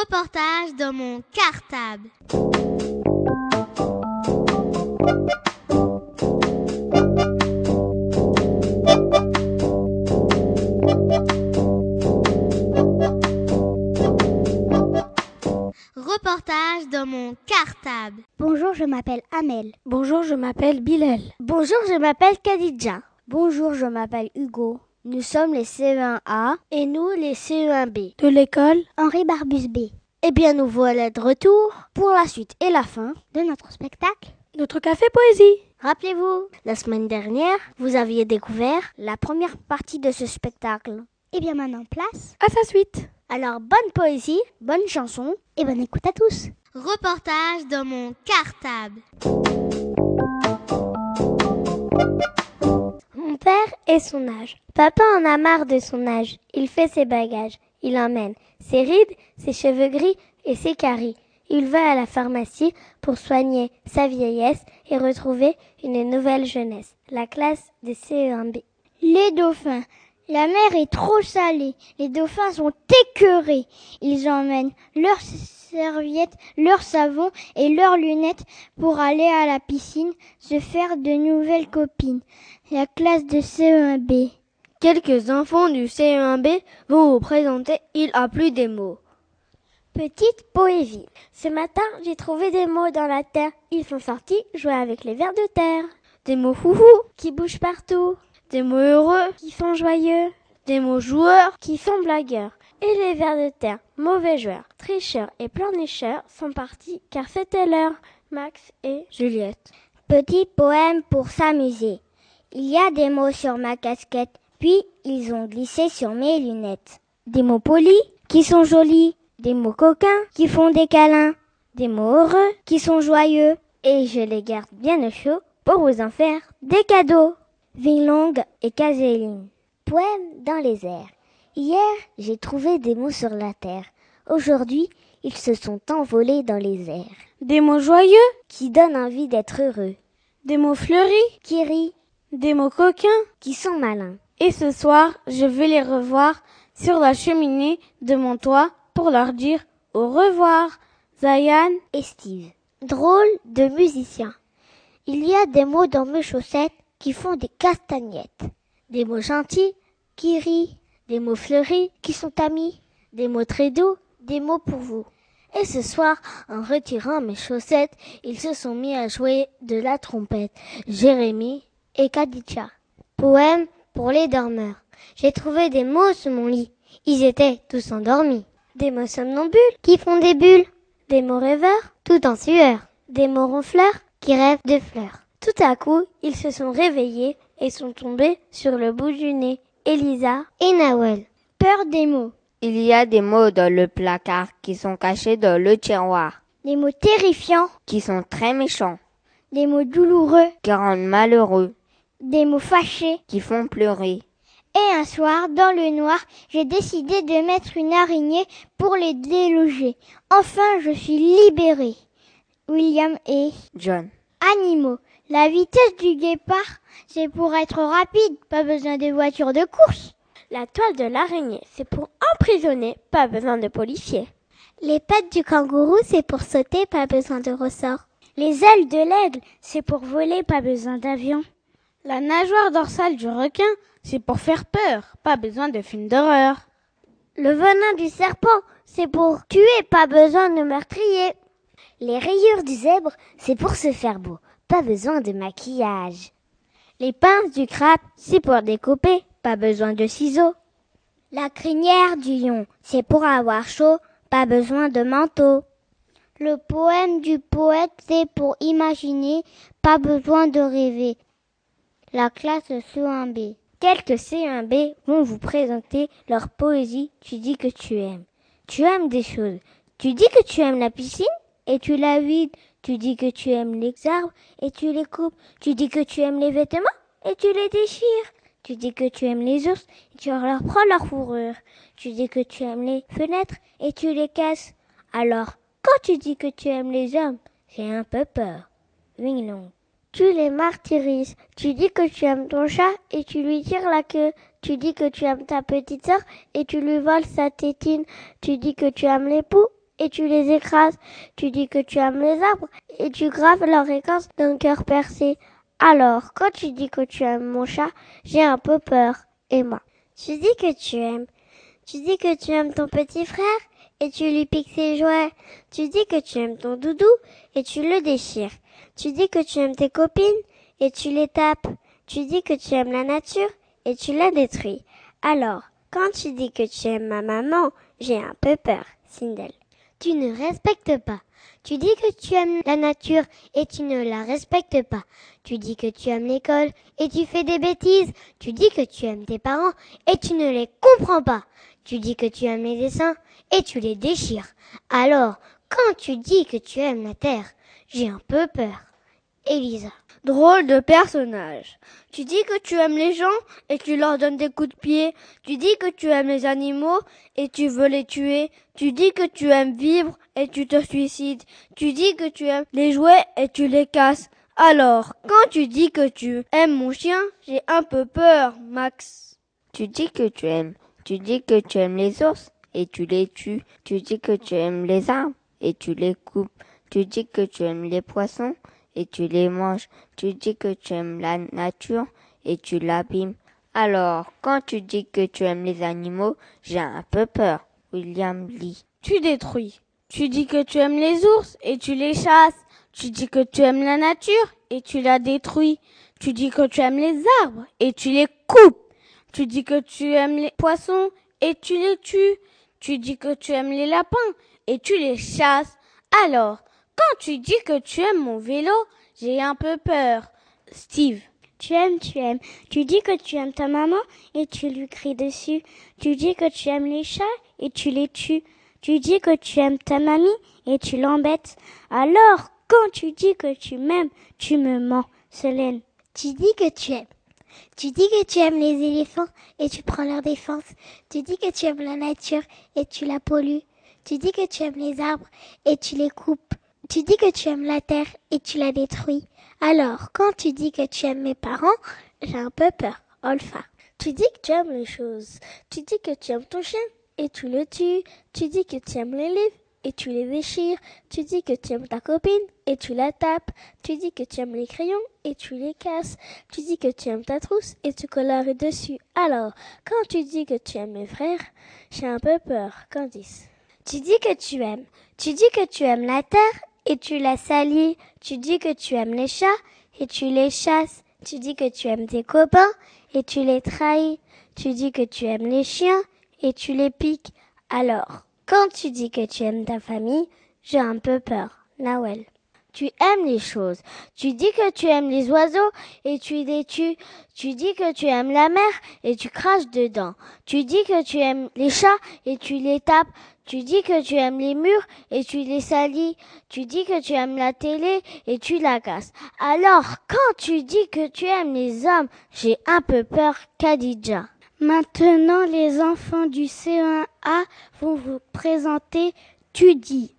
Reportage dans mon cartable. Reportage dans mon cartable. Bonjour, je m'appelle Amel. Bonjour, je m'appelle Bilal. Bonjour, je m'appelle Khadija. Bonjour, je m'appelle Hugo. Nous sommes les CE1A et nous les CE1B De l'école Henri Barbus B. Eh bien, nous voilà de retour pour la suite et la fin. De notre spectacle, Notre café poésie. Rappelez-vous, la semaine dernière, vous aviez découvert la première partie de ce spectacle. et Eh bien maintenant place, À sa suite. Alors, bonne poésie, bonne chanson. et bonne écoute à tous. Reportage dans mon cartable. Mon père et son âge. Papa en a marre de son âge. Il fait ses bagages. Il emmène ses rides, ses cheveux gris et ses caries. Il va à la pharmacie pour soigner sa vieillesse et retrouver une nouvelle jeunesse, la classe E des CE1B. Les dauphins. La mer est trop salée. Les dauphins sont écœurés. Ils emmènent leurs serviettes, leurs savons et leurs lunettes pour aller à la piscine, se faire de nouvelles copines. La classe de CE1B. Quelques enfants du CE1B vont vous présenter Il a plus des mots. Petite poésie. Ce matin, j'ai trouvé des mots dans la terre. Ils sont sortis jouer avec les vers de terre. Des mots foufou qui bougent partout. Des mots heureux qui sont joyeux. Des mots joueurs qui sont blagueurs. Et les vers de terre, mauvais joueurs, tricheurs et pleurnicheurs sont partis car c'était l'heure. Max et Juliette. Petit poème pour s'amuser. Il y a des mots sur ma casquette, puis ils ont glissé sur mes lunettes. Des mots polis qui sont jolis, des mots coquins qui font des câlins, des mots heureux qui sont joyeux, et je les garde bien au chaud pour vous en faire des cadeaux. Vilongue et Caséline. Poème dans les airs. Hier, j'ai trouvé des mots sur la terre. Aujourd'hui, ils se sont envolés dans les airs, Des mots joyeux. qui donnent envie d'être heureux. Des mots fleuris. Qui rit, Des mots coquins. qui sont malins. Et ce soir, je vais les revoir sur la cheminée de mon toit pour leur dire au revoir. Zayan, et Steve. Drôle de musicien. Il y a des mots dans mes chaussettes qui font des castagnettes. Des mots gentils qui rient. Des mots fleuris qui sont amis. Des mots très doux, des mots pour vous. Et ce soir, en retirant mes chaussettes, ils se sont mis à jouer de la trompette. Jérémy et Kaditcha. Poème pour les dormeurs. J'ai trouvé des mots sous mon lit. Ils étaient tous endormis. Des mots somnambules qui font des bulles. Des mots rêveurs tout en sueur. Des mots ronfleurs qui rêvent de fleurs. Tout à coup, ils se sont réveillés et sont tombés sur le bout du nez. Elisa, Et Nawel. Peur des mots. Il y a des mots dans le placard qui sont cachés dans le tiroir, Des mots terrifiants. qui sont très méchants, Des mots douloureux. qui rendent malheureux, Des mots fâchés. qui font pleurer. Et un soir, dans le noir, j'ai décidé de mettre une araignée pour les déloger. Enfin, je suis libérée. William et John, animaux. La vitesse du guépard, c'est pour être rapide, pas besoin de voiture de course. la toile de l'araignée, c'est pour emprisonner, pas besoin de policier. Les pattes du kangourou, c'est pour sauter, pas besoin de ressort. Les ailes de l'aigle, c'est pour voler, pas besoin d'avion. la nageoire dorsale du requin, c'est pour faire peur, pas besoin de film d'horreur. Le venin du serpent, c'est pour tuer, pas besoin de meurtrier. Les rayures du zèbre, c'est pour se faire beau, pas besoin de maquillage. Les pinces du crabe, c'est pour découper, pas besoin de ciseaux. La crinière du lion, c'est pour avoir chaud, pas besoin de manteau. Le poème du poète, c'est pour imaginer, pas besoin de rêver. La classe CE1B. Quelques CE1B vont vous présenter leur poésie Tu dis que tu aimes. Tu aimes des choses. Tu dis que tu aimes la piscine et tu la vides. Tu dis que tu aimes les arbres et tu les coupes. Tu dis que tu aimes les vêtements et tu les déchires. Tu dis que tu aimes les ours et tu leur prends leur fourrure. Tu dis que tu aimes les fenêtres et tu les casses. Alors, quand tu dis que tu aimes les hommes, j'ai un peu peur. Wing Long. Tu les martyrises. Tu dis que tu aimes ton chat et tu lui tires la queue. Tu dis que tu aimes ta petite sœur et tu lui voles sa tétine. Tu dis que tu aimes les poux et tu les écrases. Tu dis que tu aimes les arbres et tu graves leur écorce d'un cœur percé. Alors, quand tu dis que tu aimes mon chat, j'ai un peu peur, Emma. Tu dis que tu aimes. Tu dis que tu aimes ton petit frère et tu lui piques ses jouets. Tu dis que tu aimes ton doudou et tu le déchires. Tu dis que tu aimes tes copines et tu les tapes. Tu dis que tu aimes la nature et tu la détruis. Alors, quand tu dis que tu aimes ma maman, j'ai un peu peur, Sindel. Tu ne respectes pas. Tu dis que tu aimes la nature et tu ne la respectes pas. Tu dis que tu aimes l'école et tu fais des bêtises. Tu dis que tu aimes tes parents et tu ne les comprends pas. Tu dis que tu aimes les dessins et tu les déchires. Alors, quand tu dis que tu aimes la terre, j'ai un peu peur. Elisa. Drôle de personnage. Tu dis que tu aimes les gens et tu leur donnes des coups de pied. Tu dis que tu aimes les animaux et tu veux les tuer. Tu dis que tu aimes vivre et tu te suicides. Tu dis que tu aimes les jouets et tu les casses. Alors, quand tu dis que tu aimes mon chien, j'ai un peu peur, Max. Tu dis que tu aimes. Tu dis que tu aimes les ours et tu les tues. Tu dis que tu aimes les arbres et tu les coupes. Tu dis que tu aimes les poissons et tu les manges. Tu dis que tu aimes la nature et tu l'abîmes. Alors, quand tu dis que tu aimes les animaux, j'ai un peu peur. William Lee. Tu détruis. Tu dis que tu aimes les ours et tu les chasses. Tu dis que tu aimes la nature et tu la détruis. Tu dis que tu aimes les arbres et tu les coupes. Tu dis que tu aimes les poissons et tu les tues. Tu dis que tu aimes les lapins et tu les chasses. Alors, quand tu dis que tu aimes mon vélo, j'ai un peu peur. Steve. Tu aimes, tu aimes. Tu dis que tu aimes ta maman et tu lui cries dessus. Tu dis que tu aimes les chats et tu les tues. Tu dis que tu aimes ta mamie et tu l'embêtes. Alors, quand tu dis que tu m'aimes, tu me mens, Solène. Tu dis que tu aimes. Tu dis que tu aimes les éléphants et tu prends leur défense. Tu dis que tu aimes la nature et tu la pollues. Tu dis que tu aimes les arbres et tu les coupes. Tu dis que tu aimes la terre et tu la détruis. Alors, quand tu dis que tu aimes mes parents, j'ai un peu peur, Olfa. Tu dis que tu aimes les choses. Tu dis que tu aimes ton chien et tu le tues. Tu dis que tu aimes les livres et tu les déchires. Tu dis que tu aimes ta copine et tu la tapes. Tu dis que tu aimes les crayons et tu les casses. Tu dis que tu aimes ta trousse et tu colories dessus. Alors, quand tu dis que tu aimes mes frères, j'ai un peu peur, Candice. Tu dis que tu aimes. Tu dis que tu aimes la terre et tu la salis. Tu dis que tu aimes les chats et tu les chasses. Tu dis que tu aimes tes copains et tu les trahis. Tu dis que tu aimes les chiens et tu les piques. Alors, quand tu dis que tu aimes ta famille, j'ai un peu peur. Nawel. Tu aimes les choses. Tu dis que tu aimes les oiseaux et tu les tues. Tu dis que tu aimes la mer et tu craches dedans. Tu dis que tu aimes les chats et tu les tapes. Tu dis que tu aimes les murs et tu les salis. Tu dis que tu aimes la télé et tu la casses. Alors, quand tu dis que tu aimes les hommes, j'ai un peu peur, Khadija. Maintenant, les enfants du CE1A vont vous présenter Tu dis.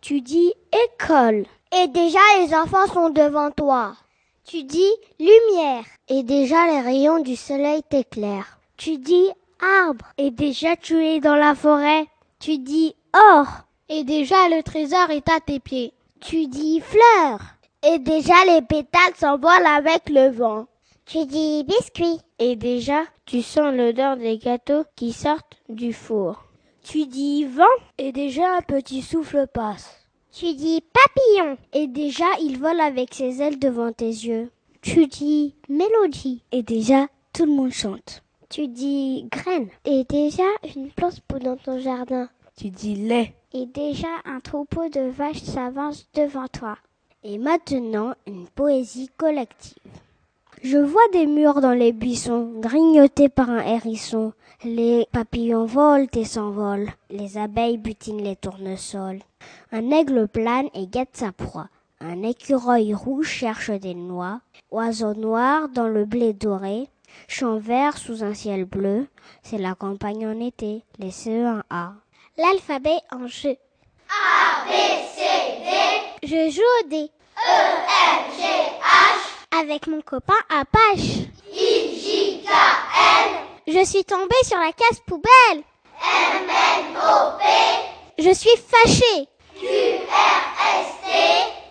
Tu dis école. Et déjà les enfants sont devant toi. Tu dis lumière. Et déjà les rayons du soleil t'éclairent. Tu dis arbre. Et déjà tu es dans la forêt. Tu dis or. Et déjà le trésor est à tes pieds. Tu dis fleur. Et déjà les pétales s'envolent avec le vent. Tu dis biscuit. Et déjà tu sens l'odeur des gâteaux qui sortent du four. Tu dis vent. Et déjà un petit souffle passe. Tu dis papillon et déjà il vole avec ses ailes devant tes yeux. Tu dis mélodie et déjà tout le monde chante. Tu dis graine et déjà une plante pousse dans ton jardin. Tu dis lait. Et déjà un troupeau de vaches s'avance devant toi. Et maintenant une poésie collective. Je vois des murs dans les buissons, grignotés par un hérisson. Les papillons volent et s'envolent. Les abeilles butinent les tournesols. Un aigle plane et guette sa proie. Un écureuil rouge cherche des noix. Oiseau noir dans le blé doré. Champ vert sous un ciel bleu. C'est la campagne en été, les CE1A. L'alphabet en jeu. A, B, C, D. Je joue au dé. E, F, G, H. Avec mon copain Apache. I, J, K, L. Je suis tombée sur la casse poubelle. m n o p Je suis fâchée. q r s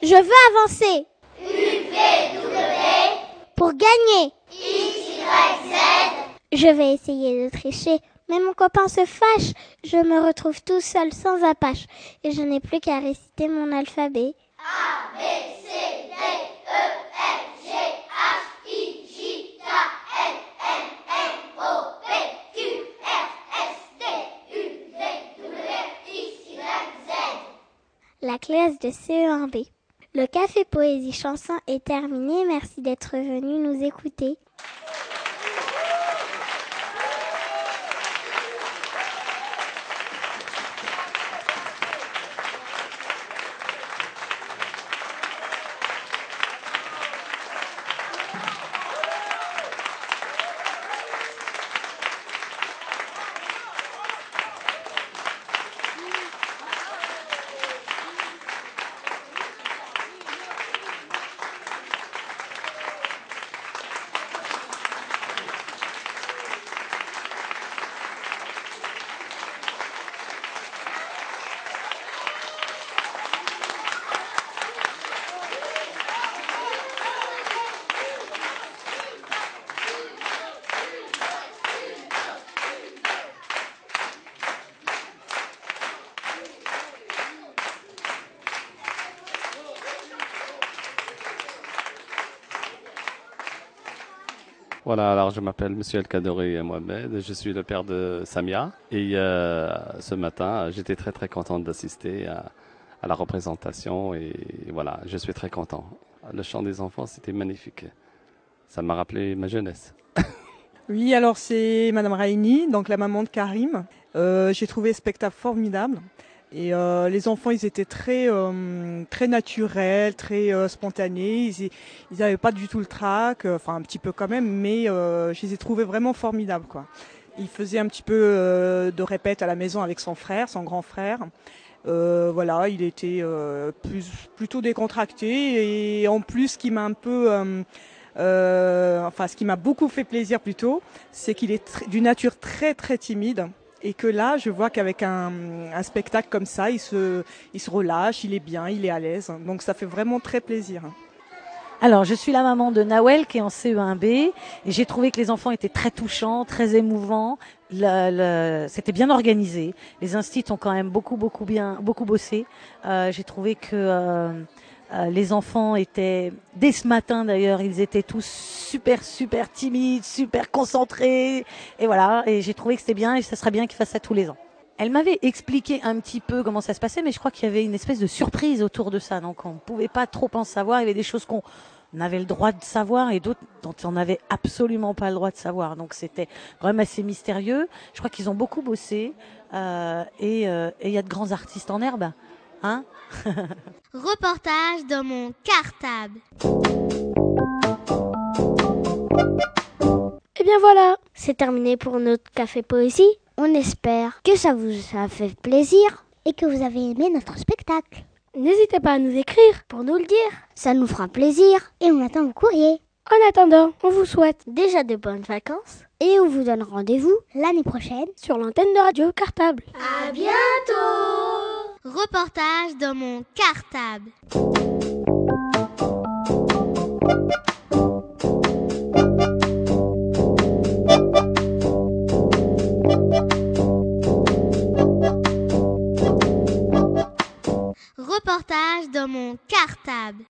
t Je veux avancer u v w pour gagner. x y z Je vais essayer de tricher, mais mon copain se fâche. Je me retrouve tout seul sans apache et je n'ai plus qu'à réciter mon alphabet. A, B, C, D, E, F, G, H, I, J, K, L, M, N, O, P, Q, R, S, T, U, V, W, X, Y, Z. La classe de CE1B. Le café poésie chanson est terminé. Merci d'être venu nous écouter. Voilà, alors je m'appelle Monsieur El Mohamed, je suis le père de Samia et euh, ce matin j'étais très très content d'assister à, à la représentation et voilà, je suis très content. Le chant des enfants c'était magnifique, ça m'a rappelé ma jeunesse. Oui, alors c'est Madame Raini, donc la maman de Karim. Euh, J'ai trouvé le spectacle formidable. Et euh, les enfants, ils étaient très euh, très naturels, très euh, spontanés. Ils ils n'avaient pas du tout le trac, euh, enfin un petit peu quand même, mais euh, je les ai trouvés vraiment formidables quoi. Il faisait un petit peu euh, de répète à la maison avec son frère, son grand frère. Euh, voilà, il était euh, plus, plutôt décontracté et en plus, ce qui m'a un peu euh, euh, enfin, ce qui m'a beaucoup fait plaisir plutôt, c'est qu'il est tr- d'une nature très très timide et que là, je vois qu'avec un, un spectacle comme ça, il se, il se relâche, il est bien, il est à l'aise. Donc ça fait vraiment très plaisir. Alors, je suis la maman de Nawel qui est en CE1B et j'ai trouvé que les enfants étaient très touchants, très émouvants. Le- le- C'était bien organisé. Les instituts ont quand même beaucoup, beaucoup bien, beaucoup bossé. Euh, j'ai trouvé que euh, euh, les enfants étaient, dès ce matin d'ailleurs, ils étaient tous super, super timides, super concentrés. Et voilà. Et j'ai trouvé que c'était bien et ça serait bien qu'ils fassent ça tous les ans. Elle m'avait expliqué un petit peu comment ça se passait, mais je crois qu'il y avait une espèce de surprise autour de ça. Donc on ne pouvait pas trop en savoir. Il y avait des choses qu'on on avait le droit de savoir et d'autres dont on n'avait absolument pas le droit de savoir. Donc c'était quand même assez mystérieux. Je crois qu'ils ont beaucoup bossé euh, et euh, et il y a de grands artistes en herbe. Hein Reportage dans mon cartable. Eh Et bien voilà, c'est terminé pour notre café poésie. On espère que ça vous a fait plaisir et que vous avez aimé notre spectacle. N'hésitez pas à nous écrire pour nous le dire. Ça nous fera plaisir et on attend vos courriers. En attendant, on vous souhaite déjà de bonnes vacances et on vous donne rendez-vous l'année prochaine sur l'antenne de Radio Cartable. À bientôt. Reportage dans mon cartable. Reportage dans mon cartable.